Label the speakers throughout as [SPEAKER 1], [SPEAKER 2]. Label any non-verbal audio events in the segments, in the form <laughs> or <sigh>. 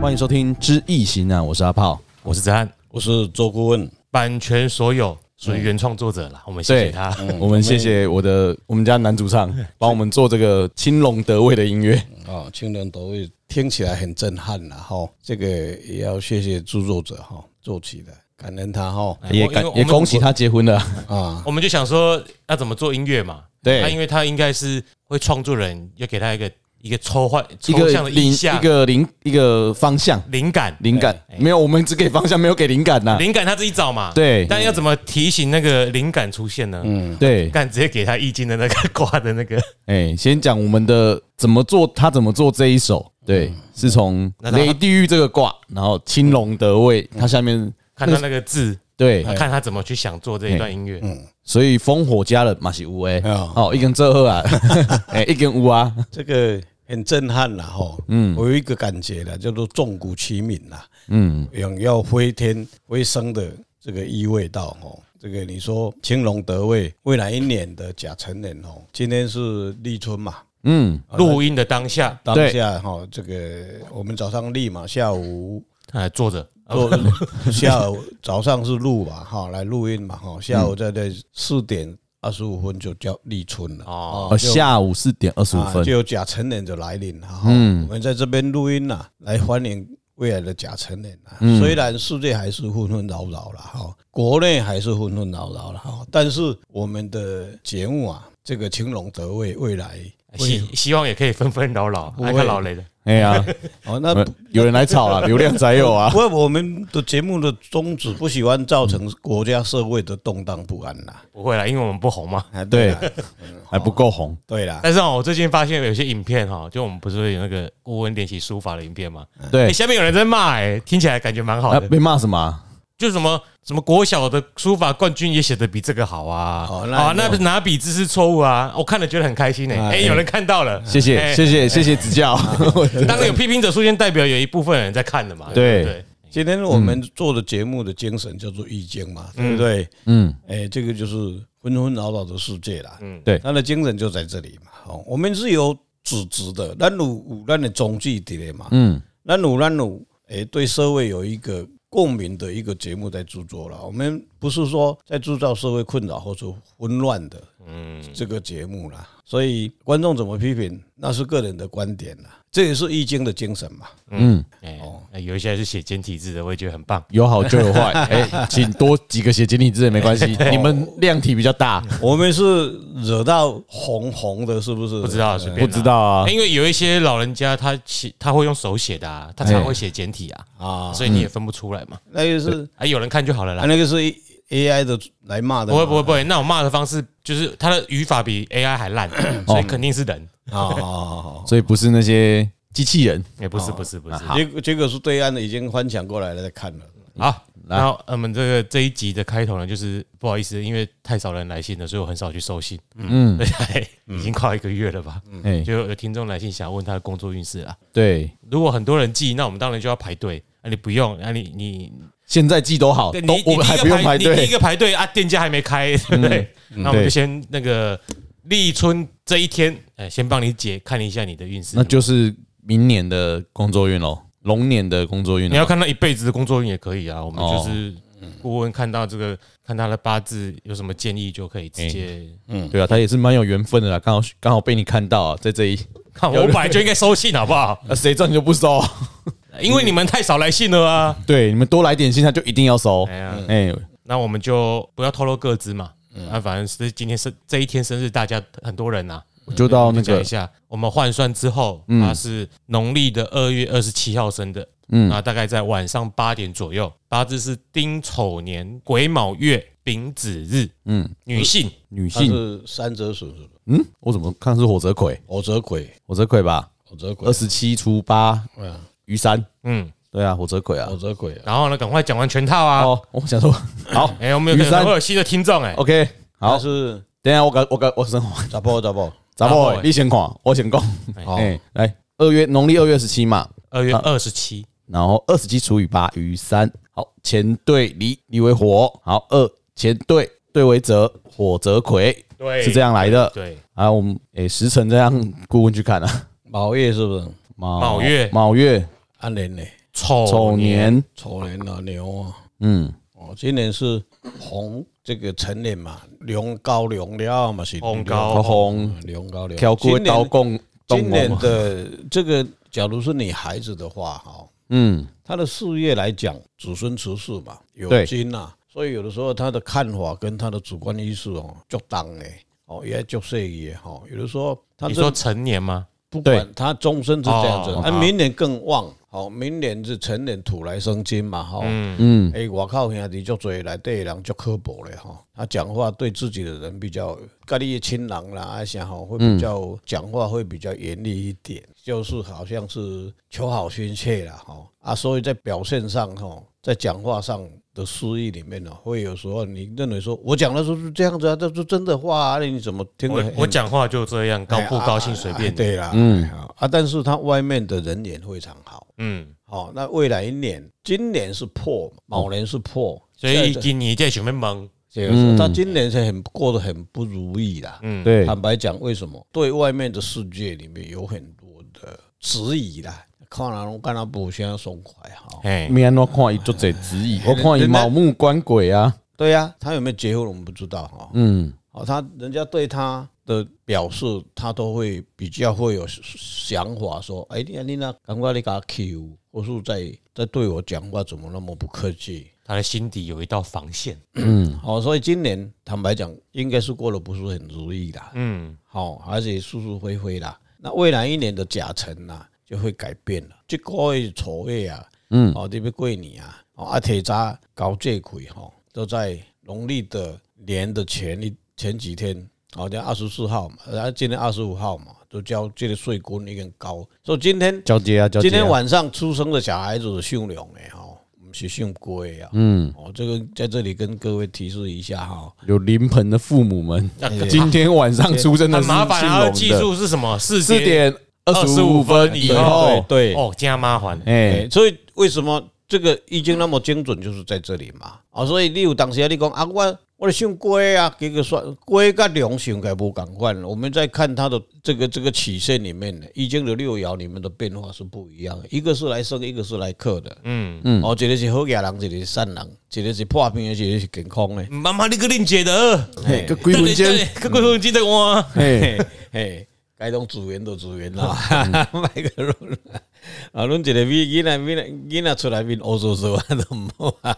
[SPEAKER 1] 欢迎收听《知易行难》，我是阿炮。
[SPEAKER 2] 我是子翰，
[SPEAKER 3] 我是周顾问，
[SPEAKER 2] 版权所有属于原创作者啦，我们谢谢他。
[SPEAKER 1] 我们谢谢我的我们家男主唱，
[SPEAKER 2] 嗯
[SPEAKER 1] 帮我们做这个青龙得位的音乐。
[SPEAKER 3] 啊，青人都会听起来很震撼了哈。这个也要谢谢著作者哈，做起的，感恩他哈
[SPEAKER 1] 也
[SPEAKER 2] 哎因为
[SPEAKER 1] 感
[SPEAKER 2] 我们
[SPEAKER 1] 也恭喜他结婚了。
[SPEAKER 3] 啊，
[SPEAKER 2] 我们就想说要怎么做音乐嘛？
[SPEAKER 1] 对
[SPEAKER 2] 那因为他应该是会创作人，要给他一个一个抽换
[SPEAKER 1] 一
[SPEAKER 2] 抽象
[SPEAKER 1] 个
[SPEAKER 2] 的
[SPEAKER 1] 灵
[SPEAKER 2] 意
[SPEAKER 1] 一
[SPEAKER 2] 象
[SPEAKER 1] 个灵一个方向
[SPEAKER 2] 灵感，
[SPEAKER 1] 灵感没有，我们只给方向，没有给灵感呐。
[SPEAKER 2] 哎灵感他自己找嘛。
[SPEAKER 1] 对
[SPEAKER 2] 但要怎么提醒那个灵感出现呢？嗯，
[SPEAKER 1] 对，
[SPEAKER 2] 干直接给他易经的那个卦的那个，
[SPEAKER 1] 哎，先讲我们的怎么做，他怎么做这一首，对，是从
[SPEAKER 2] 嗯那他嗯
[SPEAKER 1] 雷地狱这个卦，然后青龙得位，它下面
[SPEAKER 2] 看他那个字，
[SPEAKER 1] 对，
[SPEAKER 2] 看他怎么去想做这一段音乐。
[SPEAKER 1] 所以烽火加了嘛是乌哎，
[SPEAKER 3] 哦
[SPEAKER 1] 哦，一根这二
[SPEAKER 2] <laughs>
[SPEAKER 1] 啊，哎，一根乌啊，
[SPEAKER 3] 这个很震撼了哈。嗯，我有一个感觉了，叫做众古齐名啦。嗯，想要飞天飞升的这个意味道哦。这个你说青龙得位，未来一年的甲辰年哦，今天是立春嘛，
[SPEAKER 1] 嗯，
[SPEAKER 2] 录音的当下，
[SPEAKER 3] 当
[SPEAKER 1] 对
[SPEAKER 3] 下哈，这个我们早上立嘛，下午
[SPEAKER 2] 哎，坐着，
[SPEAKER 3] 做下午早上是录嘛，哈，来录音嘛，哈，下午再在四点二十五分就叫立春了，
[SPEAKER 2] 哦
[SPEAKER 1] 哦，
[SPEAKER 3] 就
[SPEAKER 1] 下午四点二十五
[SPEAKER 3] 啊
[SPEAKER 1] 分嗯
[SPEAKER 3] 就，有甲辰年的来临了，哈，我们在这边录音呐，来欢迎未来的甲辰年啊。
[SPEAKER 1] 嗯
[SPEAKER 3] 虽然世界还是纷纷扰扰了，哈，国内还是纷纷扰扰了，哈，但是我们的节目啊，这个青龙得位，未来
[SPEAKER 2] 希希望也可以纷纷扰扰，
[SPEAKER 3] 会
[SPEAKER 2] 来看老雷的。
[SPEAKER 1] 哎
[SPEAKER 2] <laughs>
[SPEAKER 1] 呀，
[SPEAKER 3] 哦，那
[SPEAKER 1] 呃有人来吵了，流量才有啊
[SPEAKER 3] 不，，过我们的节目的宗旨不喜欢造成国家社会的动荡不安啦。
[SPEAKER 2] 不会啦，因为我们不红嘛。
[SPEAKER 3] 啊，
[SPEAKER 1] 对
[SPEAKER 3] 啦，
[SPEAKER 1] 还不够红，
[SPEAKER 3] 对啦，
[SPEAKER 2] 但是哦，我最近发现有些影片哈、就我们不是会有那个顾问练习书法的影片嘛？哎、
[SPEAKER 1] 对，
[SPEAKER 2] 下面有人在骂，哎，听起来感觉蛮好
[SPEAKER 1] 啊，
[SPEAKER 2] 的，
[SPEAKER 1] 被骂什么啊？
[SPEAKER 2] 就什么什么国小的书法冠军也写的比这个好啊，
[SPEAKER 3] 哦那
[SPEAKER 2] 啊，那拿笔字是错误啊，我看了觉得很开心呢、哎、有人看到了，
[SPEAKER 1] 啊谢谢，
[SPEAKER 2] 哎
[SPEAKER 1] 谢谢，谢谢指教。
[SPEAKER 2] 当然有批评者出现，代表有一部分人在看的嘛，
[SPEAKER 1] 对
[SPEAKER 2] 对不对，
[SPEAKER 3] 今天我们做的节目的精神叫做《易经》嘛，对不对？
[SPEAKER 1] <laughs> 嗯，
[SPEAKER 3] 哎，这个就是纷纷扰扰的世界啦。嗯，
[SPEAKER 1] 对
[SPEAKER 3] 它的精神就在这里嘛。哦，我们是有组织的，咱有有咱的宗旨的嘞嘛。
[SPEAKER 1] 嗯，
[SPEAKER 3] 咱有咱有哎，对社会有一个共鸣的一个节目在制作了。我们不是说在制造社会困扰或者混乱的，嗯，这个节目啦。所以观众怎么批评，那是个人的观点啦。这也是《易经》的精神嘛。
[SPEAKER 1] 嗯，
[SPEAKER 2] 哎、哎有一些是写简体字的，我也觉得很棒。
[SPEAKER 1] 有好就有
[SPEAKER 2] <laughs>
[SPEAKER 1] 坏，哎，请多几个写简体字也没关系，
[SPEAKER 2] 哎
[SPEAKER 1] 你们量体比较大，
[SPEAKER 3] 我们是惹到红红的，是不是？
[SPEAKER 2] 不知道随便
[SPEAKER 1] 不知道啊
[SPEAKER 2] 哎，因为有一些老人家他写他会用手写的啊，他
[SPEAKER 1] 哎
[SPEAKER 2] 常会写简体啊，
[SPEAKER 3] 啊，
[SPEAKER 2] 所以你也分不出来嘛。
[SPEAKER 3] 那个是
[SPEAKER 2] 啊，有人看就好了啦
[SPEAKER 3] 啊，。那个是 AI 的来骂
[SPEAKER 2] 不
[SPEAKER 3] 的嘛，
[SPEAKER 2] 会不会不会，那我骂的方式就是他的语法比 AI 还 <coughs> 烂，所以肯定是人。
[SPEAKER 3] 啊啊啊！
[SPEAKER 1] 所以不是那些机器人。
[SPEAKER 2] 也不是不是不是。
[SPEAKER 3] 啊结果结果是对岸的已经翻墙过来了，在看了。
[SPEAKER 2] 好，然后我们这个这一集的开头呢，就是不好意思，因为太少人来信了，所以我很少去收信。 <laughs> 嗯，而且已经快一个月了吧？
[SPEAKER 1] 哎，
[SPEAKER 2] 就有听众来信想要问他的工作运势啊。
[SPEAKER 1] 对，
[SPEAKER 2] 如果很多人寄，那我们当然就要排队。啊，你不用，啊你你
[SPEAKER 1] 现在寄都好，
[SPEAKER 2] 对
[SPEAKER 1] 都
[SPEAKER 2] 你
[SPEAKER 1] 我们还不用排
[SPEAKER 2] 你第一个排你第
[SPEAKER 1] 队。
[SPEAKER 2] 一
[SPEAKER 1] 嗯
[SPEAKER 2] 个排队啊，店家还没开，对不对？那我们
[SPEAKER 1] 对
[SPEAKER 2] 就先那个立春这一天，哎，先帮你解看一下你的运势
[SPEAKER 1] 那。就是明年的工作运喽，龙年的工作运啊
[SPEAKER 2] 你
[SPEAKER 1] 咯。
[SPEAKER 2] 要看到一辈子的工作运也可以啊，我们
[SPEAKER 1] 哦
[SPEAKER 2] 就是顾问看到这个看他的八字有什么建议，就可以直接。
[SPEAKER 1] 对啊，他也是蛮有缘分的啦，刚好刚好被你看到啊，在这一，
[SPEAKER 2] 看 <laughs> 我本来就应该收信好
[SPEAKER 1] <laughs>
[SPEAKER 2] 不好？
[SPEAKER 1] 啊谁知道你就不收？
[SPEAKER 2] 因为你们太少来信了啊。
[SPEAKER 1] 对，你们多来点信，他就一定要收。
[SPEAKER 2] 哎呀，
[SPEAKER 1] 哎，
[SPEAKER 2] 那我们就不要透露各自嘛。
[SPEAKER 1] 嗯
[SPEAKER 2] 啊，反正是今天生这一天生日，大家很多人啊呐、
[SPEAKER 1] 我就到那
[SPEAKER 2] 讲一
[SPEAKER 1] 个，
[SPEAKER 2] 下，我们换算之后，他是农历的二月二十七号生的，
[SPEAKER 1] 嗯
[SPEAKER 2] 嗯，那大概在晚上八点左右，八字是丁丑年癸卯月丙子日，
[SPEAKER 1] 嗯，
[SPEAKER 2] 女性，
[SPEAKER 1] 女
[SPEAKER 3] 他
[SPEAKER 1] 性，
[SPEAKER 3] 是三折损，是不是
[SPEAKER 1] 嗯，我怎么看是火泽葵？
[SPEAKER 3] 火折鬼，
[SPEAKER 1] 火泽葵吧，
[SPEAKER 3] 火折
[SPEAKER 1] 二
[SPEAKER 3] 鬼，
[SPEAKER 1] 十七除八，
[SPEAKER 3] 嗯，
[SPEAKER 1] 余三，
[SPEAKER 2] 嗯，
[SPEAKER 1] 对啊，火泽葵啊
[SPEAKER 3] 火。折鬼啊，
[SPEAKER 2] 然后呢，赶快讲完全套啊，
[SPEAKER 1] 哦，我想说，好
[SPEAKER 2] 哎、我们
[SPEAKER 1] 雨
[SPEAKER 2] 有可
[SPEAKER 1] 山哦
[SPEAKER 2] 能会有新的听众哎、
[SPEAKER 1] ，OK，好
[SPEAKER 3] 他，是
[SPEAKER 1] 等一下我搞我搞我生活，
[SPEAKER 3] 咋报咋报？
[SPEAKER 1] 咱
[SPEAKER 2] 然后
[SPEAKER 1] 们
[SPEAKER 2] 欸
[SPEAKER 1] 你先看，我先讲，
[SPEAKER 3] 好
[SPEAKER 1] 哎，来，二月农历二月十七嘛，
[SPEAKER 2] 二月二十七，
[SPEAKER 1] 然后二十七除以八余三，好，乾对离，离为火，好，二乾对，对为泽，火泽葵，
[SPEAKER 2] 对
[SPEAKER 1] 是这样来的。
[SPEAKER 2] 对，
[SPEAKER 1] 啊，我们诶时辰这样顾问去看啊，
[SPEAKER 3] 卯月是不是？啊
[SPEAKER 1] 卯
[SPEAKER 2] 卯月
[SPEAKER 1] 卯月
[SPEAKER 3] 安年呢？
[SPEAKER 2] 丑
[SPEAKER 1] 丑
[SPEAKER 2] 年
[SPEAKER 1] 年，
[SPEAKER 3] 丑年啊，牛啊，
[SPEAKER 1] 嗯，
[SPEAKER 3] 哦，今年是红这个成年嘛，龙高龙了嘛是哦
[SPEAKER 2] 红
[SPEAKER 1] 好
[SPEAKER 2] 高
[SPEAKER 1] 红，
[SPEAKER 3] 龙高龙。
[SPEAKER 1] 挑过
[SPEAKER 3] 今
[SPEAKER 1] 刀
[SPEAKER 3] 年
[SPEAKER 1] 共
[SPEAKER 3] 今
[SPEAKER 1] 动
[SPEAKER 3] 年
[SPEAKER 1] 工，
[SPEAKER 3] 的这个，假如是你孩子的话，哈，
[SPEAKER 1] 嗯，
[SPEAKER 3] 他的事业来讲，子孙慈世嘛，有
[SPEAKER 1] 对
[SPEAKER 3] 金呐、所以有的时候他的看法跟他的主观意识哦，就当诶，哦也就这也哈，有的时候他
[SPEAKER 2] 你
[SPEAKER 3] 这
[SPEAKER 2] 说成年吗？
[SPEAKER 3] 不管他终身是这样子，
[SPEAKER 2] 哦
[SPEAKER 3] 啊，
[SPEAKER 2] 好
[SPEAKER 3] 明年更旺，好，明年是成年土来生金嘛，哈，
[SPEAKER 1] 嗯，
[SPEAKER 3] 哎，我靠，兄弟足多，内底的人足刻薄嘞哈。他讲话对自己的人比较，家里的亲人啦，啊啥吼，会比较讲话会比较严厉一点，就是好像是求好心切啦哈啊，所以在表现上哈，在讲话上的诗意里面呢，会有时候你认为说我讲的时候是这样子啊，这是真的话啊，那你怎么听
[SPEAKER 2] 我
[SPEAKER 3] 得很
[SPEAKER 2] 我讲话就这样，高不高兴随
[SPEAKER 3] 哎
[SPEAKER 2] 便你。
[SPEAKER 3] 对啦，嗯啊，但是他外面的人缘非常好。
[SPEAKER 2] 嗯，
[SPEAKER 3] 好，那未来一年，今年是破嘛，卯年是破，
[SPEAKER 2] 所以今年这想要问，
[SPEAKER 3] 就是他今年是很过得很不如意啦。
[SPEAKER 2] 嗯，
[SPEAKER 1] 对，
[SPEAKER 3] 坦白讲，为什么对外面的世界里面有很多的质疑啦？看人拢干那不现在松快哈？
[SPEAKER 2] 哎，
[SPEAKER 1] 明安我看伊做者质疑，我看伊
[SPEAKER 3] 人家
[SPEAKER 1] 盲目关鬼啊，
[SPEAKER 3] 对呀、他有没有结婚我们不知道哈。
[SPEAKER 1] 嗯，
[SPEAKER 3] 哦，他人家对他的表示，他都会比较会有想法，说：“哎，你你那赶快你给他 Q，或是在在对我讲话怎么那么不客气？”
[SPEAKER 2] 他的心底有一道防线。
[SPEAKER 3] 好、所以今年坦白讲，应该是过得不是很如意啦。
[SPEAKER 2] 嗯，
[SPEAKER 3] 好、而且舒舒服服啦。那未来一年的甲辰呐、就会改变了。这个月丑月啊，嗯，哦，这边过年啊，哦，啊，铁渣搞这鬼哈，都在农历的年的前一前几天，好像二十四号嘛，然后今天二十五号嘛，都交这个税官已经高，所以今天
[SPEAKER 1] 交接啊，交接啊，
[SPEAKER 3] 今天晚上出生的小孩子是姓梁的哈，不是姓郭的啊。
[SPEAKER 1] 嗯，
[SPEAKER 3] 哦，这个在这里跟各位提示一下哈，
[SPEAKER 1] 有临盆的父母们，
[SPEAKER 3] 哎
[SPEAKER 1] 今天晚上出生的
[SPEAKER 2] 很
[SPEAKER 1] 是
[SPEAKER 2] 麻烦，
[SPEAKER 1] 姓
[SPEAKER 2] 他的
[SPEAKER 1] 龙
[SPEAKER 2] 技
[SPEAKER 1] 的，
[SPEAKER 2] 术是什么？四
[SPEAKER 1] 四点二十五
[SPEAKER 2] 25
[SPEAKER 1] 分
[SPEAKER 2] 分
[SPEAKER 1] 以
[SPEAKER 2] 以
[SPEAKER 1] 后
[SPEAKER 2] 后，
[SPEAKER 3] 对
[SPEAKER 2] 哦，加麻烦。
[SPEAKER 1] 哎
[SPEAKER 3] 哎，，所以为什么这个易经那么精准，就是在这里嘛。啊，所以你有当时啊你讲啊，我我的姓郭啊，这个算郭跟梁想该不赶快。我们在看它的这个这个曲线里面呢，易经的六爻里面的变化是不一样的，一个是来生，一个是来克的。
[SPEAKER 2] 嗯，
[SPEAKER 3] 嗯，哦，一个是好家人，一个是善人，一个是破病，一个是健康的。
[SPEAKER 2] 妈妈，你个恁姐的，
[SPEAKER 1] 嘿个鬼魂间，
[SPEAKER 2] 个鬼魂记得我。
[SPEAKER 1] 嘿，
[SPEAKER 3] 嘿，嘿，该当资源都资源啦，卖个论啊，论一个米囡仔米囡仔出来面乌索索啊都无啊。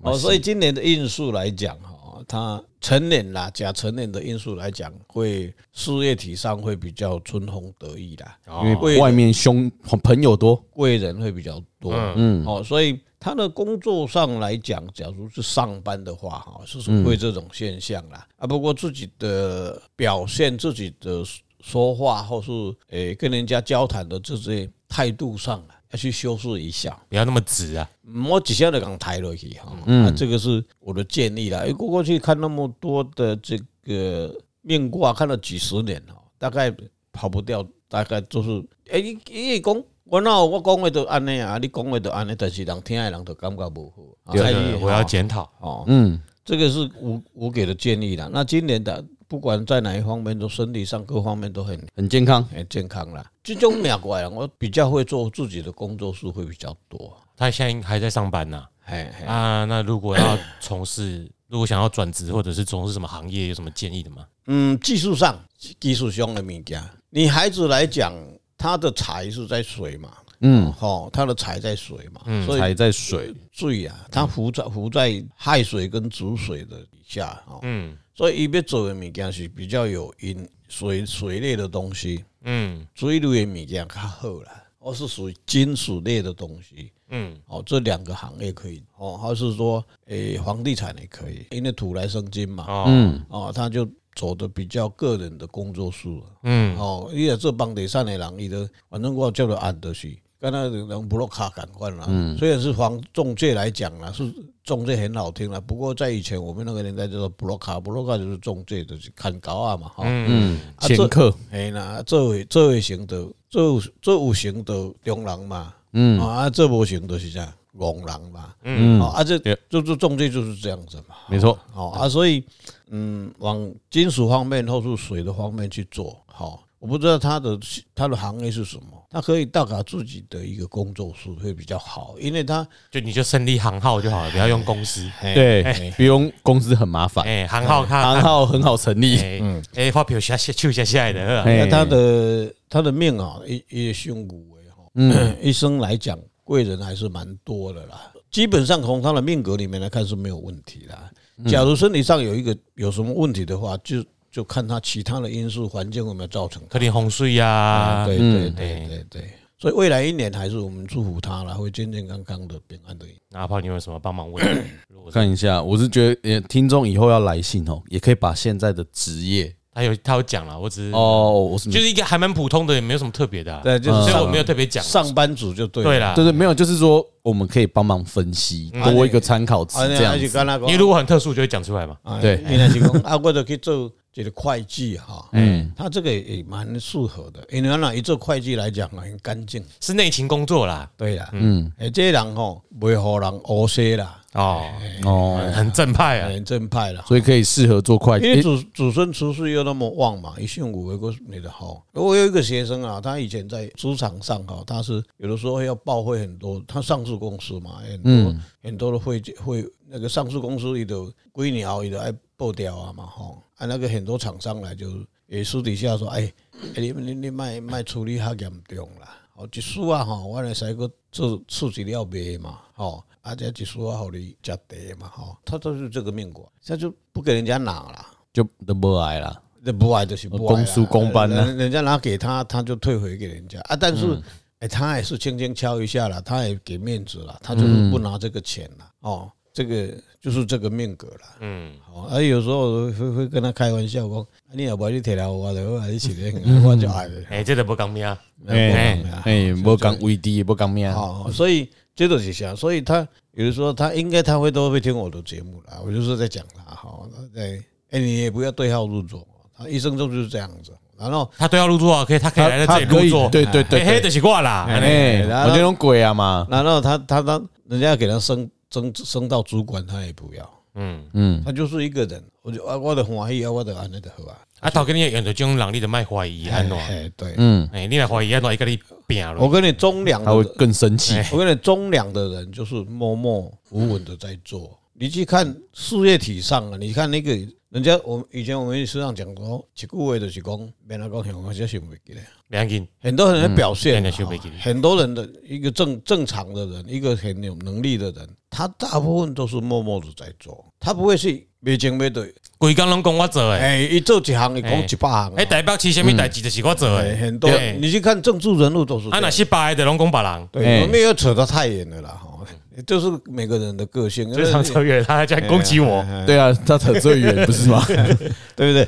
[SPEAKER 3] 哦，所以今年的因素来讲哈，它成年啦，假成年的因素来讲，会事业体上会比较春风得意啦，
[SPEAKER 1] 嗯
[SPEAKER 2] 哦
[SPEAKER 1] 因
[SPEAKER 3] 贵
[SPEAKER 1] 为外面兄朋友多，
[SPEAKER 3] 贵人会比较多。嗯，哦，所以他的工作上来讲，假如是上班的话，哈，是会这种现象啦。啊，不过自己的表现、自己的说话，或是诶、跟人家交谈的这些态度上啊，要去修饰一下。
[SPEAKER 2] 不要那么直啊！
[SPEAKER 3] 嗯我只下就讲抬落去哈，
[SPEAKER 2] 嗯
[SPEAKER 3] 啊，这个是我的建议啦。因为过过去看那么多的这个命卦，看了几十年哈，大概跑不掉，大概就是诶，你你讲我那我讲话都安尼啊，你讲话都安尼，但是人听的人就感觉无好。
[SPEAKER 2] 这
[SPEAKER 3] 啊
[SPEAKER 2] 个我要检讨。
[SPEAKER 3] 哦，
[SPEAKER 1] 嗯，
[SPEAKER 3] 这个是我我给的建议啦。那今年的不管在哪一方面，都身体上各方面都很
[SPEAKER 1] 很健康，
[SPEAKER 3] 很健康啦。这种命卦人，我比较会做自己的工作事会比较多。
[SPEAKER 2] 他现在还在上班呢
[SPEAKER 3] 嘿
[SPEAKER 1] 哎
[SPEAKER 3] 嘿。
[SPEAKER 2] 啊。那如果要从事，如果想要转职或者是从事什么行业，有什么建议的吗？
[SPEAKER 3] 嗯，技术上技术上的物件，你孩子来讲，他的财是在水嘛，
[SPEAKER 1] 嗯，
[SPEAKER 3] 哦，他的财在水嘛，所以
[SPEAKER 1] 踩在水，
[SPEAKER 3] 水啊，它浮在浮在亥水跟子水的底下哦，
[SPEAKER 2] 嗯
[SPEAKER 3] 所以伊要做的物件是比较有因水水类的东西，
[SPEAKER 2] 嗯
[SPEAKER 3] 水类的物件较好啦，哦，是属于金属类的东西，
[SPEAKER 2] 嗯，
[SPEAKER 3] 哦，这两个行业可以哦，还是说诶、房地产也可以，因为土来生金嘛，
[SPEAKER 2] 哦
[SPEAKER 3] 哦，他就走的比较个人的工作室了。
[SPEAKER 2] 嗯，
[SPEAKER 3] 哦，伊也做房地产的人，伊都反正我叫做按的是，跟那人不落卡感官啦。虽然是房中介来讲啦，是中介很好听啦，不过在以前我们那个年代叫做不落卡，不落卡就是中介，就是砍高啊嘛，哈、
[SPEAKER 1] 嗯，
[SPEAKER 3] 啊
[SPEAKER 1] 前客，
[SPEAKER 3] 嘿啦，做为做为型的，做有做有型的中人嘛，嗯啊，做无型就是啥戆人嘛，嗯啊，这
[SPEAKER 1] 对
[SPEAKER 3] 就就中介就是这样子嘛，
[SPEAKER 1] 没错，
[SPEAKER 3] 哦啊，所以嗯，往金属方面或是水的方面去做，好、我不知道他的他的行业是什么，他可以大搞自己的一个工作室会比较好，因为他
[SPEAKER 2] 就你就胜利行号就好了，不要用公司。
[SPEAKER 1] 对，不用公司很麻烦，
[SPEAKER 2] 哎，行号看，
[SPEAKER 1] 哎行号很好成立，
[SPEAKER 2] 哎哎，发票下下就下下来的，
[SPEAKER 1] 哎
[SPEAKER 3] 那他的他的命啊，也也凶骨为哈，嗯， <clears throat> 一生来讲，贵人还是蛮多的啦。基本上从他的命格里面来看是没有问题啦。
[SPEAKER 2] 嗯
[SPEAKER 3] 假如身体上有一个有什么问题的话，就就看他其他的因素、环境有没有造成。
[SPEAKER 2] 可能洪水啊
[SPEAKER 1] 啊
[SPEAKER 2] 呀，
[SPEAKER 3] 对对
[SPEAKER 2] 哎
[SPEAKER 3] 对对对，所以未来一年还是我们祝福他啦，会健健康康的、平安的。
[SPEAKER 2] 哪怕你有什么帮
[SPEAKER 1] <clears throat>
[SPEAKER 2] 忙问，如
[SPEAKER 1] 我
[SPEAKER 2] 果
[SPEAKER 1] 看一下，我是觉得，呃，听众以后要来信哦，也可以把现在的职业
[SPEAKER 2] 他有他有讲了，我只是
[SPEAKER 1] 哦，我是
[SPEAKER 2] 就是一个还蛮普通的，也没有什么特别的啊，
[SPEAKER 3] 对，就
[SPEAKER 2] 所
[SPEAKER 3] 是
[SPEAKER 2] 以我
[SPEAKER 3] 上
[SPEAKER 2] 没有特别讲啊。
[SPEAKER 3] 上班族就对了。
[SPEAKER 2] 对啦，
[SPEAKER 1] 对对，啊没有，就是说我们可以帮忙分析，多一个参考值
[SPEAKER 3] 啊，
[SPEAKER 1] 这样
[SPEAKER 3] 那就
[SPEAKER 1] 子。
[SPEAKER 3] 跟他讲
[SPEAKER 2] 你如果很特殊，就会讲出来嘛。
[SPEAKER 3] 啊
[SPEAKER 1] 对
[SPEAKER 3] 你若是讲啊，我就去做一个会计哈， <laughs> 嗯，他这个也蛮适合的，因为那一做会计来讲啊，很干净，
[SPEAKER 2] 是内勤工作啦，
[SPEAKER 3] 对啦，嗯，诶，这个人吼，袂互人乌些啦，
[SPEAKER 2] 哦，
[SPEAKER 1] 哦，
[SPEAKER 2] 很正派啊，
[SPEAKER 3] 很正派啦。
[SPEAKER 1] 所以可以适合做会
[SPEAKER 3] 因为
[SPEAKER 1] 计。
[SPEAKER 3] 祖祖孙出世又那么旺嘛，一姓五为过你的好。我有一个学生啊，他以前在职场上哈，他是有的时候要报会很多，他上市公司嘛，很多很多的会计会那个上市公司里头归你熬，里头爱报掉啊嘛吼，啊那个很多厂商来就也私底下说，哎，哎你你你卖卖处理较严重啦，哦一输啊吼，我来使个做处置了卖嘛吼。啊，这一输啊，互你食茶嘛吼，他都是这个命卦，他就不给人家拿啦。
[SPEAKER 1] 就都不来了，
[SPEAKER 3] 那不爱就是不爱啦
[SPEAKER 1] 公事公办啊嗯
[SPEAKER 3] 人人家拿给他，他就退回给人家啊。但是，哎、他也是轻轻敲一下了，他也给面子
[SPEAKER 1] 嗯
[SPEAKER 3] 了，他就是不拿这个钱了。哦，这个就是这个命格了。
[SPEAKER 2] 嗯，
[SPEAKER 3] 哦，啊，有时候会会跟他开玩笑讲，啊你也不要去提了我啊的，我还是起来，我就爱的。
[SPEAKER 2] 哎，这个不讲命啊，
[SPEAKER 1] 嗯哎
[SPEAKER 3] 没有啊
[SPEAKER 1] 哎，不讲危地，不讲啊命，
[SPEAKER 3] 哦，所以这种是啥？所以他有的时候他应该他会都会听我的节目啦，我就是在讲他哈，在哎、你也不要对号入座，哦他一生中就是这样子。然后
[SPEAKER 2] 他对号入座啊，可以，他可以来
[SPEAKER 1] 他
[SPEAKER 2] 到这里入座，
[SPEAKER 1] 对对对
[SPEAKER 2] 嘿嘿，
[SPEAKER 1] 对，
[SPEAKER 2] 就是我啦，
[SPEAKER 1] 哎，我这种鬼啊嘛，
[SPEAKER 3] 然后他他当人家给他升升升到主管，他也不要，
[SPEAKER 2] 嗯，
[SPEAKER 1] 嗯，
[SPEAKER 3] 他就是一个人。我就啊，我的欢喜啊，我的安尼就好啊。
[SPEAKER 2] 啊，头跟你用的这种能力的卖怀疑安怎？
[SPEAKER 3] 哎，对，
[SPEAKER 1] 嗯，
[SPEAKER 2] 哎，你来怀疑安怎，一个你拼
[SPEAKER 3] 我
[SPEAKER 2] 了，
[SPEAKER 3] 跟你忠良
[SPEAKER 1] 他
[SPEAKER 3] 的
[SPEAKER 1] 会哎
[SPEAKER 3] 人，哎
[SPEAKER 1] 更生气。
[SPEAKER 3] 我跟你忠良的人就是默默无闻的在做。你去看事业体上啊，你看那个人家，我们以前我们书上讲过，一句话就是讲，别人讲香港这想不起来。
[SPEAKER 2] 两斤，
[SPEAKER 3] 很多人的表现
[SPEAKER 2] 嗯
[SPEAKER 3] 啊、
[SPEAKER 2] 想不起来
[SPEAKER 3] 很多人的一个正正常的人，一个很有能力的人，他大部分都是默默的在做，他不会去没情没对，
[SPEAKER 2] 规工拢讲我做的，
[SPEAKER 3] 哎，一做一行，你讲
[SPEAKER 2] 哎
[SPEAKER 3] 一百行
[SPEAKER 2] 哎，
[SPEAKER 3] 啊，
[SPEAKER 2] 台北市什么代志就是我做
[SPEAKER 3] 哎，
[SPEAKER 2] 的，
[SPEAKER 3] 很多
[SPEAKER 2] 对
[SPEAKER 3] 你去看政治人物都是这
[SPEAKER 2] 啊，
[SPEAKER 3] 样
[SPEAKER 2] 那失败的拢讲别人，
[SPEAKER 1] 哎
[SPEAKER 3] 对，我们要扯得太远了啦，哈，就是每个人的个性，
[SPEAKER 2] 所以常常有人他在攻击我，
[SPEAKER 3] 哎
[SPEAKER 1] 对啊，他扯最远不是吗？ <laughs>
[SPEAKER 3] 对不对？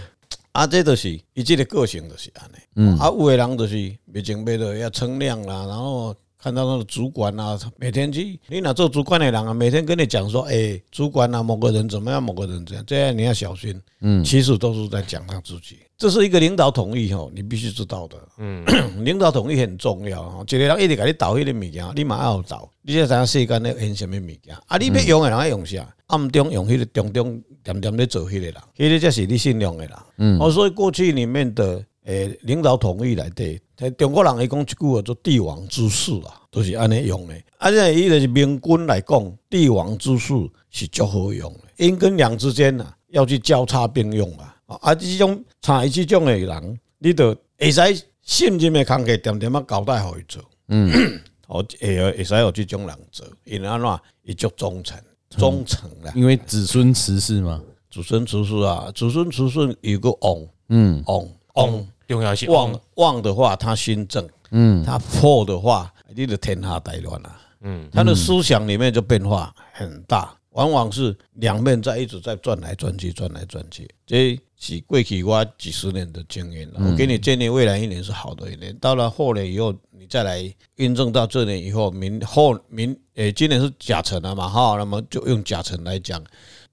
[SPEAKER 3] 啊，这就是伊这个个性就是安尼。嗯，啊，有的人就是没情没的要称量啦，然后看到那个主管啊，每天去，你哪做主管的人啊，每天跟你讲说，哎、主管啊，某个人怎么样，某个人怎样，这样你要小心。嗯，其实都是在讲他自己，这是一个领导统一吼，你必须知道的。嗯， <clears throat> 领导统一很重要吼，一个人一直给你导迄个物件，你嘛要有导，你才知影世间咧用什么物件。啊，你要用的人要用啥？暗中用迄个中中点点咧做迄个人，迄个才是你信用的人。嗯，哦，所以过去里面的诶、领导统一来对，在中国人伊讲一句话叫帝王之士啊，都、是安尼用的。啊，这伊就是明君来讲，帝王之士是足好用的，阴跟阳之间啊，要去交叉并用啊。啊啊，这种差即种的人，你就会使信任的工作点点啊交代互伊做。嗯， <coughs> 哦，会会使有即种人做，因为安怎伊足忠诚，忠诚啦。
[SPEAKER 1] 因为子孙慈氏嘛，
[SPEAKER 3] 子孙出世啊，子孙出世有个旺，
[SPEAKER 1] 嗯，
[SPEAKER 3] 旺
[SPEAKER 2] 旺，哦重要的是旺
[SPEAKER 3] 旺，旺的话，他心正，嗯，他破的话，你的天下大乱了、
[SPEAKER 2] 嗯，
[SPEAKER 3] 他的思想里面就变化很大，往往是两面在一直在转来转去，转来转去，这是过去我几十年的经验了。我给你建议，未来一年是好的一年，到了后年以后，你再来印证到这年以后，明后明诶，今年是甲辰了嘛，哈，那么就用甲辰来讲，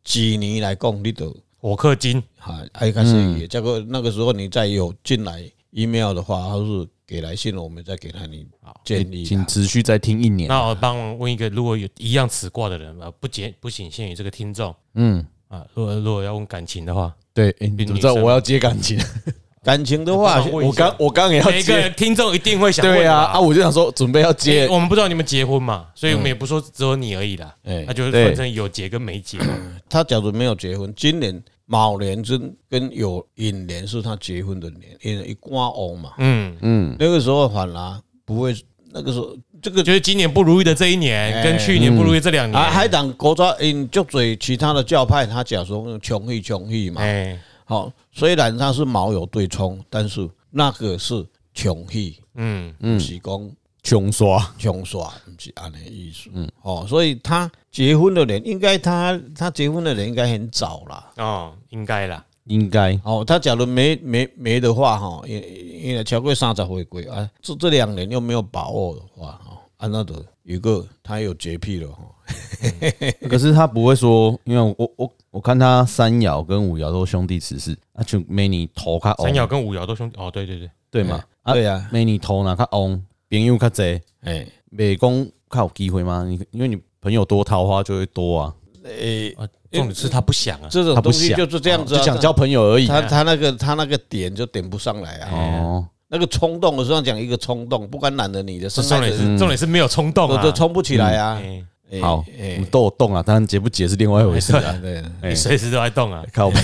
[SPEAKER 3] 几年来讲，你都。
[SPEAKER 2] 火克金，
[SPEAKER 3] 啊，爱
[SPEAKER 2] 嗯
[SPEAKER 3] 看生意。结果那个时候你再有进来 email 的话，或是给来信了，我们再给他你
[SPEAKER 2] 哎
[SPEAKER 3] 建议啦。啊
[SPEAKER 1] 请持续再听一年。
[SPEAKER 2] 那我帮我问一个，如果有一样此卦的人啊，不仅不仅限于这个听众
[SPEAKER 1] 嗯，
[SPEAKER 2] 啊，如果如果要问感情的话，
[SPEAKER 1] 对，哎，你怎么知道我要接感情？
[SPEAKER 3] 感情的话，
[SPEAKER 2] 我
[SPEAKER 1] 我刚我刚也要
[SPEAKER 2] 每个
[SPEAKER 1] 接，
[SPEAKER 2] 听众一定会想问
[SPEAKER 1] 对
[SPEAKER 2] 的
[SPEAKER 1] 啊
[SPEAKER 2] 啦
[SPEAKER 1] 啊，我就想说准备要
[SPEAKER 2] 因为
[SPEAKER 1] 接，
[SPEAKER 2] 我们不知道你们结婚嘛，所以我们也不说只有你而已啦，
[SPEAKER 3] 哎
[SPEAKER 2] 那就是
[SPEAKER 1] 对
[SPEAKER 2] 分成有结跟没结。
[SPEAKER 3] 他假如没有结婚，今年卯年跟跟有寅年是他结婚的年，因为一挂翁嘛，
[SPEAKER 2] 嗯，
[SPEAKER 3] 那个时候反而不会，那个时候这个
[SPEAKER 2] 就是今年不如意的这一年，跟去年不如意这两
[SPEAKER 3] 啊，
[SPEAKER 2] 年，
[SPEAKER 3] 海党国家因就嘴其他的教派，他假说穷义穷义嘛，
[SPEAKER 2] 哎，
[SPEAKER 3] 好、虽然他是卯有对冲，但是那个是穷义，
[SPEAKER 2] 嗯，
[SPEAKER 3] 不是讲
[SPEAKER 1] 穷刷，
[SPEAKER 3] 穷耍，不是安尼意思，嗯，哦，所以他结婚的人，应该他他结婚的人应该很早啦。
[SPEAKER 2] 哦，应该啦，
[SPEAKER 1] 应 <laughs> 该
[SPEAKER 3] 哦，他假如没没没的话，哈，也因为超过三十回归啊，这这两年又没有把握的话，哈，啊，那的有个他有洁癖了，哈，
[SPEAKER 1] 可是他不会说，因为我我我看他三爻跟五爻都兄弟此事，啊就没你头较
[SPEAKER 2] 三爻
[SPEAKER 1] 翁，
[SPEAKER 2] 跟五爻都兄弟，哦，对对对，
[SPEAKER 1] 对嘛？啊
[SPEAKER 3] 对呀，
[SPEAKER 1] 没你头哪较翁，朋友较侪，
[SPEAKER 3] 哎，
[SPEAKER 1] 袂讲较有机会吗？你因为你朋友多，桃花就会多啊，
[SPEAKER 2] 啊，重点是他不想啊，
[SPEAKER 3] 这种
[SPEAKER 1] 他
[SPEAKER 3] 东
[SPEAKER 1] 不
[SPEAKER 3] 西
[SPEAKER 1] 想
[SPEAKER 3] 就是这样子、啊，
[SPEAKER 1] 就想交朋友而已。
[SPEAKER 3] 他他那个他那个点就点不上来啊，
[SPEAKER 1] 哦，
[SPEAKER 3] 那个冲动，我上讲一个冲动，不管男的女的，
[SPEAKER 2] 这
[SPEAKER 3] 生
[SPEAKER 2] 重
[SPEAKER 3] 孩
[SPEAKER 2] 点
[SPEAKER 3] 子
[SPEAKER 2] 是重点是没有冲动
[SPEAKER 3] 都
[SPEAKER 2] 啊
[SPEAKER 3] 都，冲不起来啊，
[SPEAKER 2] 哎
[SPEAKER 3] 哎
[SPEAKER 1] 好，我
[SPEAKER 3] 哎
[SPEAKER 1] 们，都有动啊，当然解不解是另外一回事啊。
[SPEAKER 3] 对，
[SPEAKER 2] 你随时都在动啊。
[SPEAKER 1] <laughs> 靠北，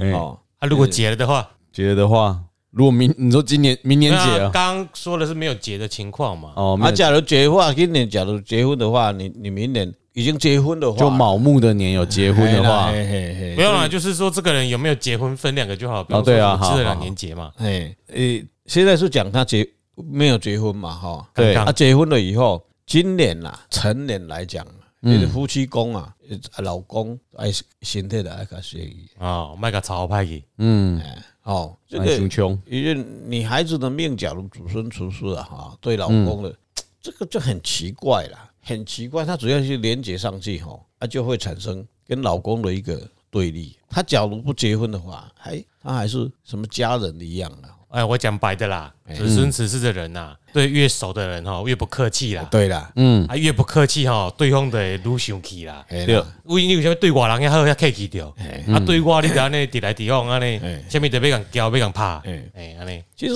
[SPEAKER 1] 哎
[SPEAKER 3] 哦，
[SPEAKER 2] 啊，如果结了的话，
[SPEAKER 1] 结的话，如果明你说今年明年结
[SPEAKER 2] 那
[SPEAKER 1] 啊，
[SPEAKER 2] 刚刚说的是没有结的情况嘛，
[SPEAKER 1] 哦，
[SPEAKER 3] 啊，
[SPEAKER 1] 明年
[SPEAKER 3] 假如结婚，今年假如结婚的话，你你明年已经结婚的话，哎
[SPEAKER 1] 就卯木的年有结婚的话，
[SPEAKER 3] 嘿嘿嘿
[SPEAKER 2] 没有啦，就是说这个人有没有结婚分两个就好，不用
[SPEAKER 1] 哦对啊
[SPEAKER 2] 说
[SPEAKER 1] 好
[SPEAKER 2] 什么这
[SPEAKER 1] 好
[SPEAKER 2] 两年结嘛，
[SPEAKER 3] 哎，诶，现在是讲他结没有结婚嘛，哈，
[SPEAKER 1] 对
[SPEAKER 2] 刚
[SPEAKER 3] 他
[SPEAKER 2] 刚
[SPEAKER 3] 结婚了以后，今年呐、成年来讲，就是夫妻宫啊，老公爱身体的爱较协议，
[SPEAKER 2] 哦，卖个潮派去，
[SPEAKER 1] 嗯，
[SPEAKER 3] 哦，这
[SPEAKER 1] 蛮
[SPEAKER 3] 个
[SPEAKER 1] 穷穷，
[SPEAKER 3] 因为你孩子的命，假如祖孙出世啊，哈，对老公的、这个就很奇怪啦，很奇怪，他只要去连接上去哈，啊，就会产生跟老公的一个对立。他假如不结婚的话，还他还是什么家人一样啊。
[SPEAKER 2] 哎，我讲白的啦，
[SPEAKER 1] 嗯
[SPEAKER 2] 子孙此事的人呐、对越熟的人哈、越不客气啦，
[SPEAKER 3] 对啦，
[SPEAKER 1] 嗯，
[SPEAKER 2] 啊越不客气哈、对方的愈生气啦。
[SPEAKER 3] 哎
[SPEAKER 1] 对
[SPEAKER 3] 啦，
[SPEAKER 2] 为你为什么对外人也好遐客气着？
[SPEAKER 3] 哎
[SPEAKER 1] 嗯
[SPEAKER 2] 啊对我你就安尼直来直往安尼
[SPEAKER 3] 哎，
[SPEAKER 2] 啥物都要共交要共拍，
[SPEAKER 3] 哎
[SPEAKER 2] 哎安尼，
[SPEAKER 3] 其实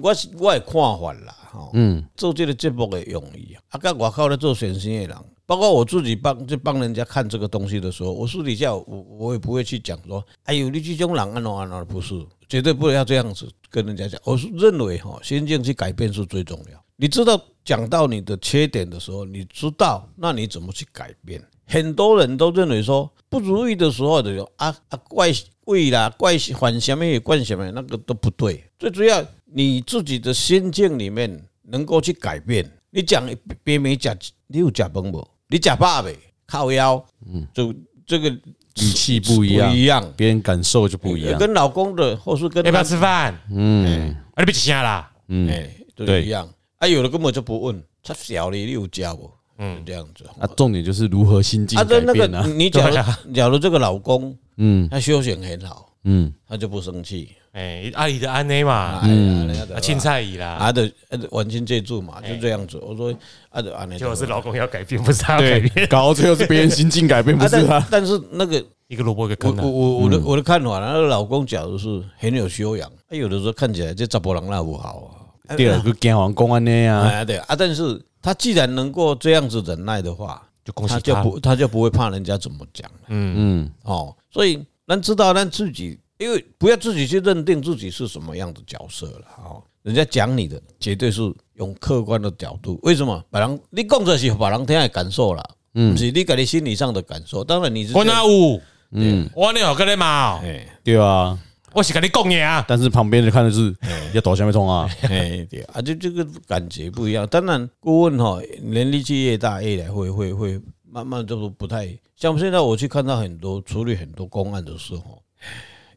[SPEAKER 3] 我是我的看法啦，吼，嗯，做这个节目的用意啊，啊，跟外口咧做选生的人，包括我自己帮就帮人家看这个东西的时候，我私底下我我也不会去讲说，哎呦，你这种人安怎安怎，不是，绝对不要这样子跟人家讲。我是认为哈，心境去改变是最重要。你知道讲到你的缺点的时候，你知道那你怎么去改变？很多人都认为说不如意的时候的人啊啊怪贵啦，怪反什么也怪什么，那个都不对。最主要你自己的心境里面能够去改变。你讲别没讲，你有食饭无？你食饱未？靠腰，嗯，就这个
[SPEAKER 1] 语气不一样
[SPEAKER 3] 不，一样，
[SPEAKER 1] 别人感受就不一样。
[SPEAKER 3] 哎跟老公的或是跟
[SPEAKER 2] 哎要不要吃饭？
[SPEAKER 1] 嗯，
[SPEAKER 2] 啊你别吃啥啦，
[SPEAKER 3] 嗯，哎，都
[SPEAKER 1] 对
[SPEAKER 3] 一样。啊，有的根本就不问，他小你你有食无？嗯，这样子。
[SPEAKER 1] 啊，重点就是如何心境
[SPEAKER 3] 啊，
[SPEAKER 1] 改
[SPEAKER 3] 那
[SPEAKER 1] 变
[SPEAKER 3] 个
[SPEAKER 1] 啊。
[SPEAKER 3] 你假如假如这个老公
[SPEAKER 1] 嗯
[SPEAKER 3] 他修行很好，
[SPEAKER 1] 嗯，
[SPEAKER 3] 他就不生气，
[SPEAKER 2] 哎阿姨的安尼嘛，
[SPEAKER 3] 嗯，
[SPEAKER 2] 啊青菜姨啦，
[SPEAKER 3] 啊的完全借助嘛，就这样子。我说啊的啊，那
[SPEAKER 2] 就是
[SPEAKER 3] 啊，
[SPEAKER 2] 老公要改变，不是他要改
[SPEAKER 1] 对
[SPEAKER 2] 变，，
[SPEAKER 1] 搞到最后是别人心境改变，不是
[SPEAKER 3] 啊但
[SPEAKER 1] 他。
[SPEAKER 3] 但是那个
[SPEAKER 2] 一个萝卜一个
[SPEAKER 3] 我
[SPEAKER 2] 坑啊
[SPEAKER 3] 我。我我的我的看法，那个老公假如是很有修养，他有的时候看起来这查甫人那不好啊。
[SPEAKER 1] 第二个干王公安那啊，
[SPEAKER 3] 哎，对啊，但是他既然能够这样子忍耐的话，
[SPEAKER 2] 就恭喜
[SPEAKER 3] 他就
[SPEAKER 2] 他
[SPEAKER 3] 不他就不会怕人家怎么讲了
[SPEAKER 1] 嗯，
[SPEAKER 3] 哦。所以咱知道咱自己，因为不要自己去认定自己是什么样的角色了哦。人家讲你的绝对是用客观的角度，为什么？把人你讲的是把人听的感受啦，嗯，不是你自己心理上的感受。当然你是
[SPEAKER 2] 我哪有？嗯，我那有跟你嘛，
[SPEAKER 3] 哎
[SPEAKER 1] 对啊。
[SPEAKER 2] 我是跟你讲啊呀。
[SPEAKER 1] 但是旁边的看的是要躲下面冲
[SPEAKER 3] <laughs>
[SPEAKER 1] 啊，
[SPEAKER 3] 哎对啊，就这个感觉不一样。当然，顾问哈，年龄纪越大，越来会会会慢慢就是不太像现在我去看到很多处理很多公案的时候，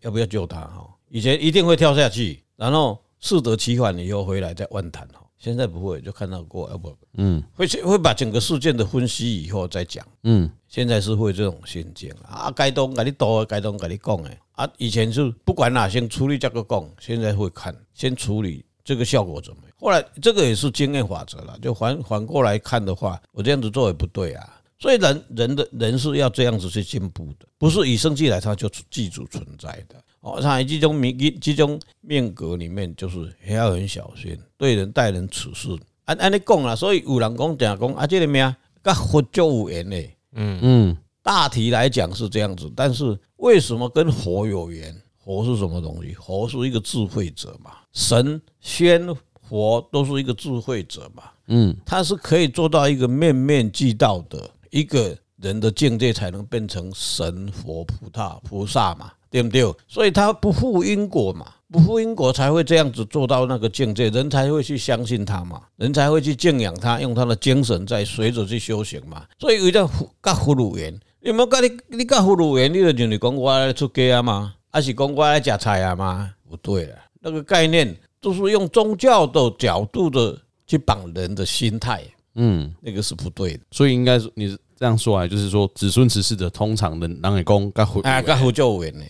[SPEAKER 3] 要不要救他哈？以前一定会跳下去，然后适得其反以后回来再万谈哈。现在不会，就看到过要不嗯，会去会把整个事件的分析以后再讲。
[SPEAKER 1] 嗯，
[SPEAKER 3] 现在是会这种心境啊，啊该当跟你多，该当跟你讲的啊。以前是不管哪先处理这个讲，现在会看先处理这个效果怎么样。后来这个也是经验法则了，就反反过来看的话，我这样子做也不对啊。所以人人的人是要这样子去进步的，不是与生俱来他就记住存在的。哦，像这种命这种命格里面，就是还要很小心，对人待人处事。按按你讲啦，所以有人讲讲讲啊，这个命跟佛就有缘嘞。
[SPEAKER 1] 嗯，
[SPEAKER 3] 大体来讲是这样子，但是为什么跟佛有缘？佛是什么东西？佛是一个智慧者嘛，神、仙、佛都是一个智慧者嘛。
[SPEAKER 1] 嗯，
[SPEAKER 3] 他是可以做到一个面面俱到的一个人的境界，才能变成神、佛、菩萨、菩萨嘛，对不对？所以他不负因果嘛，不负因果才会这样子做到那个境界，人才会去相信他嘛，人才会去敬仰他，用他的精神在随着去修行嘛。所以有一种甲葫芦缘，你冇甲你你甲葫芦缘，你就认为讲我来出家啊嘛，还是讲我来吃菜啊嘛？不对了，那个概念就是用宗教的角度的去绑人的心态，嗯，那个是不对的。
[SPEAKER 1] 所以应该说你这样说来，啊就是说子孙十世的通常的人也公该回
[SPEAKER 3] 啊，
[SPEAKER 1] 哎
[SPEAKER 3] 甲佛教有缘呢，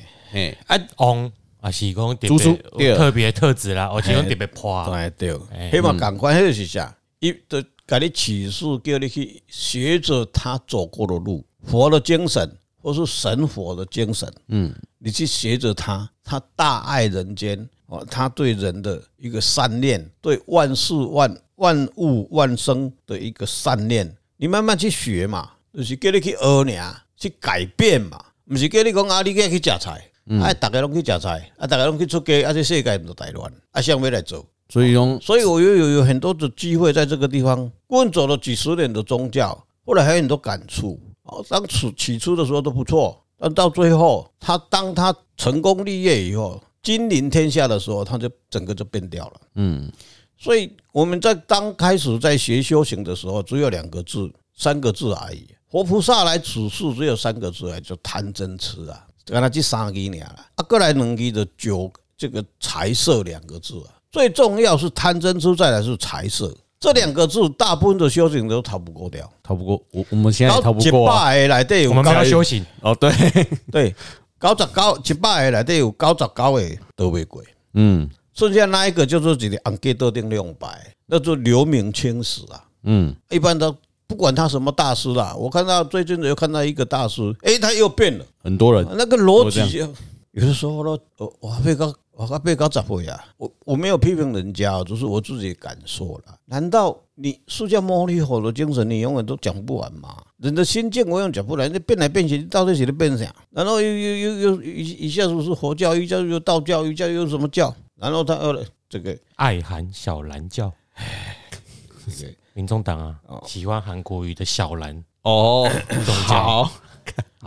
[SPEAKER 2] 翁啊是讲特
[SPEAKER 1] 猪猪
[SPEAKER 2] 别
[SPEAKER 1] 对
[SPEAKER 2] 有特别特质啦，而且讲特别破，啊
[SPEAKER 3] 对对，迄嘛共款，迄是啥？伊就甲你启示，叫你去学着他走过的路，佛的精神，或是神佛的精神，嗯，你去学着他，他大爱人间，哦，他对人的一个善念，对万事万万物万生的一个善念，你慢慢去学嘛，就是叫你去学尔，去改变嘛，毋是叫你讲啊，你该去食菜。啊！大家拢去食菜，啊！大家拢去出街，啊！这世界毋就大乱，啊！想要来做，
[SPEAKER 1] 所以用
[SPEAKER 3] 所以我又有有很多的机会在这个地方混走了几十年的宗教，后来还有很多感触。哦，当初起初的时候都不错，但到最后，他当他成功立业以后，君临天下的时候，他就整个就变掉了。嗯，所以我们在刚开始在学修行的时候，只有两个字、三个字而已。活菩萨来处事只有三个字而哎已，就贪嗔痴啊，刚才这三个字了啦。啊，过来两个就九这个财色两个字啊，最重要是贪嗔痴，再来是财色这两个字，大部分的修行都逃不过掉。
[SPEAKER 1] 逃不过，我我们现在也逃不过啊。
[SPEAKER 3] 搞一百个来对，
[SPEAKER 2] 我们帮他修行，
[SPEAKER 1] 哦，对，
[SPEAKER 3] 对，九十九一百个内底有九十九个都未过，
[SPEAKER 1] 嗯
[SPEAKER 3] 剩下那一个就是一个红鸡倒定两百，那就留名青史啊。
[SPEAKER 1] 嗯，
[SPEAKER 3] 一般都不管他什么大师啦，我看到最近又看到一个大师，诶，他又变了，
[SPEAKER 1] 很多人
[SPEAKER 3] 那个逻辑有的时候呢，我我被告我还被告咋回啊？我我没有批评人家，只是我自己感受了。难道你释迦牟尼佛的精神，你永远都讲不完吗？人的心境我永远讲不完，你变来变去，你到底谁的变啥？然后又又又又一一下子是佛教，一下子又道教，一下子又什么教？然后他呃这个
[SPEAKER 2] 爱韩小兰教，
[SPEAKER 3] 哎
[SPEAKER 2] 民众党啊，
[SPEAKER 3] 哦
[SPEAKER 2] 喜欢韩国瑜的小兰，
[SPEAKER 1] 哦，好，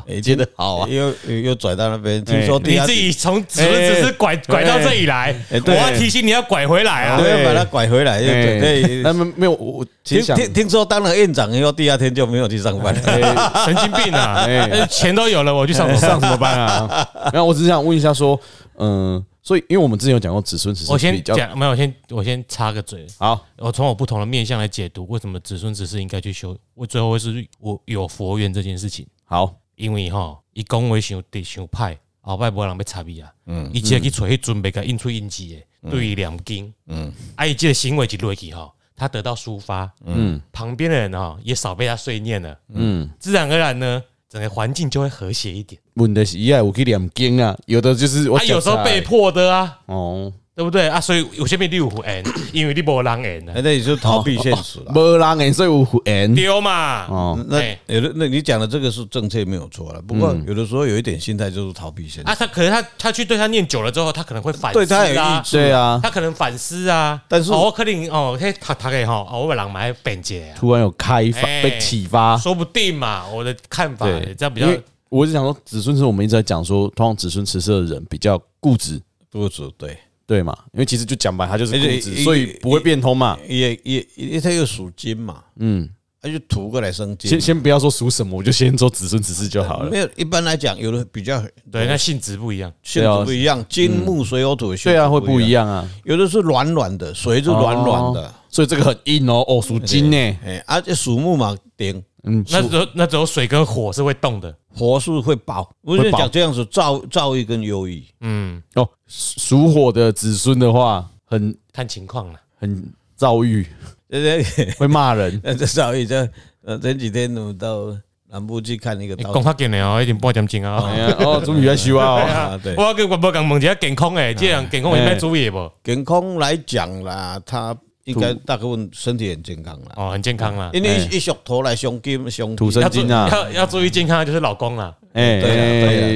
[SPEAKER 3] 哎
[SPEAKER 1] 接得好啊，
[SPEAKER 3] 又又又拽到那边，听说
[SPEAKER 2] 你
[SPEAKER 3] 地下
[SPEAKER 2] 自己从只只是拐拐到这里来，
[SPEAKER 3] 啊哎
[SPEAKER 2] 我
[SPEAKER 3] 对哎
[SPEAKER 2] 要提醒你要拐回来啊
[SPEAKER 3] 我！要把他拐回来，又
[SPEAKER 1] 哎
[SPEAKER 3] 对。
[SPEAKER 1] 那么没有我，我其
[SPEAKER 3] 听
[SPEAKER 1] 实想，
[SPEAKER 3] 听听说当了院长以后，第二天就没有去上班了。
[SPEAKER 2] 神经病啊！
[SPEAKER 1] 哎
[SPEAKER 2] 钱都有了，我去
[SPEAKER 3] 哎
[SPEAKER 2] 上
[SPEAKER 1] 上
[SPEAKER 2] 上。
[SPEAKER 1] 什么班啊？然后我只是想问一下，说，嗯，所以因为我们之前有讲过子孙十世，
[SPEAKER 2] 我先
[SPEAKER 1] 比较
[SPEAKER 2] 讲，没有，我先我先插个嘴。
[SPEAKER 1] 好，
[SPEAKER 2] 我从我不同的面向来解读，为什么子孙子是应该去修？我最后会是我有佛缘这件事情，
[SPEAKER 1] 好，
[SPEAKER 2] 因为吼，伊讲话想得想派，后摆无人要插伊啊。嗯，伊即个去找迄准备甲印出印字的，对于念经。嗯，啊，伊即个行为一落去吼，他得到抒发。嗯，旁边的人吼也少被他碎念了。嗯，自然而然呢，整个环境就会和谐一点。
[SPEAKER 1] 问的是一爱我去念经啊，有的就是我
[SPEAKER 2] 啊，有时候
[SPEAKER 1] 讲出来
[SPEAKER 2] 被迫的啊，
[SPEAKER 1] 哦，
[SPEAKER 2] 对不对啊？所以有些被六虎 N，因 <coughs> 为你无人 N 啊，
[SPEAKER 3] <laughs> 哎，那也就逃避现实了。
[SPEAKER 1] 哦没人诶，所以有缘
[SPEAKER 2] 丢嘛。
[SPEAKER 1] 哦，
[SPEAKER 3] 那
[SPEAKER 2] 哎
[SPEAKER 3] 有的，那你讲的这个是正确没有错了。不过有的时候有一点心态就是逃避现
[SPEAKER 2] 啊，
[SPEAKER 3] 实，
[SPEAKER 2] 他可能他他去对他念久了之后，他可能会反思、啊，
[SPEAKER 3] 对他有意志
[SPEAKER 1] 对啊，
[SPEAKER 2] 他可能反思啊。
[SPEAKER 3] 但是
[SPEAKER 2] 哦我可能哦，嘿，他他给吼，哦，我人买变解啊，
[SPEAKER 1] 突然有开发
[SPEAKER 2] 哎
[SPEAKER 1] 被启发，
[SPEAKER 2] 说不定嘛，我的看法
[SPEAKER 1] 啊对
[SPEAKER 2] 这样比
[SPEAKER 1] 因
[SPEAKER 2] 较
[SPEAKER 1] 为我是想说子孙是我们一直在讲说，通常子孙十世的人比较固执，
[SPEAKER 3] 不止对，
[SPEAKER 1] 对嘛？因为其实就讲白，他就是
[SPEAKER 2] 哎
[SPEAKER 3] 而且
[SPEAKER 1] 固
[SPEAKER 3] 一
[SPEAKER 1] 执，所以不会变通嘛。
[SPEAKER 3] 也也也，它又属金嘛，
[SPEAKER 1] 嗯，
[SPEAKER 3] 它就土过来生金
[SPEAKER 1] 先。先不要说属什么，我就先说子孙十世就好了。
[SPEAKER 3] 没有，一般来讲，有的比较
[SPEAKER 2] 对，那性质不一样。
[SPEAKER 3] 性质不一样，金木水火土的性
[SPEAKER 1] 对
[SPEAKER 3] 质
[SPEAKER 1] 啊，会不一
[SPEAKER 3] 样。
[SPEAKER 1] 样啊，
[SPEAKER 3] 有的是软软的，水是软软的，
[SPEAKER 1] 哦所以这个很硬哦，哦，属金呢，
[SPEAKER 3] 哎，而且属木嘛，顶
[SPEAKER 1] 嗯，
[SPEAKER 2] 那
[SPEAKER 1] 属
[SPEAKER 2] 只有那只有水跟火是会动的，
[SPEAKER 3] 火是会爆。我
[SPEAKER 1] 会
[SPEAKER 3] 是
[SPEAKER 1] 爆
[SPEAKER 3] 讲这样子，造造诣跟优异，
[SPEAKER 2] 嗯，
[SPEAKER 1] 哦，属火的子孙的话，很
[SPEAKER 2] 看情况了。
[SPEAKER 1] 很躁郁，
[SPEAKER 3] 对对。
[SPEAKER 1] <laughs> 会骂人
[SPEAKER 3] <laughs> ，那这少一这呃，前几天我们到南部去看一个
[SPEAKER 2] 你
[SPEAKER 3] 刀
[SPEAKER 2] 讲较紧的哦，已经半点钟啊。
[SPEAKER 1] 哎呀，哦，准备要修 <laughs> 啊，
[SPEAKER 3] 啊，对，
[SPEAKER 2] 我跟我无共问一下健康诶，即
[SPEAKER 1] 嗯
[SPEAKER 2] 样健康有
[SPEAKER 1] 哎
[SPEAKER 2] 咩注意的无？
[SPEAKER 3] 健康来讲啦，他应该大部分身体很健康啦，
[SPEAKER 2] 哦，很健康啦。
[SPEAKER 3] 因为一石头来伤筋伤
[SPEAKER 1] 哎土
[SPEAKER 3] 筋
[SPEAKER 1] 生
[SPEAKER 2] 要注
[SPEAKER 1] 金嗯啊，
[SPEAKER 2] 要要注意健康，就是老公啦。
[SPEAKER 1] 哎
[SPEAKER 3] 对啊对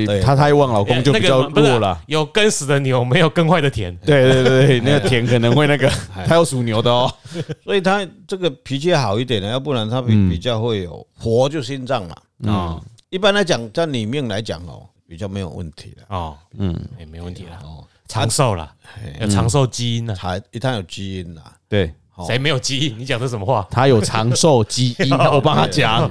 [SPEAKER 3] 啊对啊
[SPEAKER 1] 她太旺，老公就比较
[SPEAKER 2] 那个不是啊
[SPEAKER 1] 弱了。
[SPEAKER 2] 有耕死的牛，没有耕坏的田。
[SPEAKER 1] 啊 <laughs> 对对 <laughs> 对，对那个田可能会那个，他要属牛的哦。
[SPEAKER 3] 所以他这个脾气好一点的，要不然他比
[SPEAKER 1] 嗯
[SPEAKER 3] 比较会有火就心脏嘛。
[SPEAKER 2] 哦
[SPEAKER 3] 一般来讲，在里面来讲哦，比较没有问题的。
[SPEAKER 2] 哦，嗯，哎，没问题哎嗯啦。长寿啦，有长寿基因呐。啊
[SPEAKER 3] 他他有基因啦，
[SPEAKER 1] 对
[SPEAKER 3] 哦
[SPEAKER 2] 谁没有基因？你讲的什么话？
[SPEAKER 1] 他有长寿基因， <laughs> 我帮他讲。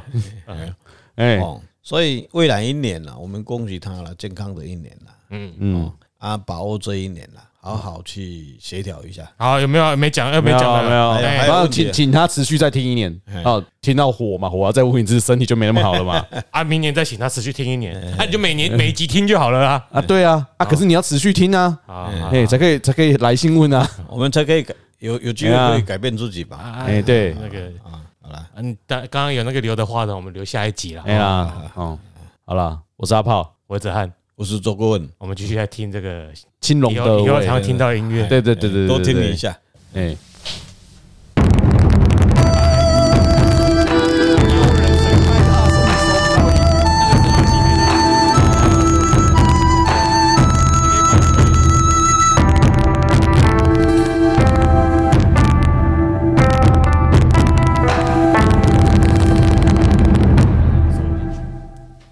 [SPEAKER 1] 哎，
[SPEAKER 3] 哦，所以未来一年啦，我们恭喜他了，健康的一年啦，
[SPEAKER 1] 嗯，
[SPEAKER 3] 啊，把握这一年啦，好好去协调一下。
[SPEAKER 2] 好，有没有没讲？有 <laughs> 呃没讲的？
[SPEAKER 1] 没有，
[SPEAKER 2] 哎
[SPEAKER 1] 然
[SPEAKER 3] 还有
[SPEAKER 1] 后
[SPEAKER 3] 问题
[SPEAKER 1] 请请他持续再听一年哦，听到火嘛，火啊再问一次，身体就没那么好了嘛。
[SPEAKER 2] 啊，明年再请他持续听一年，啊，你就每年每一集听就好了啦。
[SPEAKER 1] 啊，对啊，啊，可是你要持续听啊，
[SPEAKER 2] 啊，
[SPEAKER 1] 哎，才可以才可以来信问啊。
[SPEAKER 3] 我们才可以改有有机会可以改变自己吧。
[SPEAKER 1] 哎，对，
[SPEAKER 2] 那个，
[SPEAKER 3] 啊，好啦，
[SPEAKER 2] 嗯，刚刚刚有那个留的话呢，我们留下一集了。
[SPEAKER 1] 哎呀，哦，好啦，我是阿炮，
[SPEAKER 2] 我是子翰，
[SPEAKER 3] 我是周顾问，
[SPEAKER 2] 我们继续来听这个，
[SPEAKER 1] 青龙
[SPEAKER 2] 以
[SPEAKER 1] 的
[SPEAKER 2] 后以后
[SPEAKER 1] 尾
[SPEAKER 2] 常常听到音乐。
[SPEAKER 1] 对对对对，对
[SPEAKER 3] 哎多听你一。下。
[SPEAKER 1] 对哎，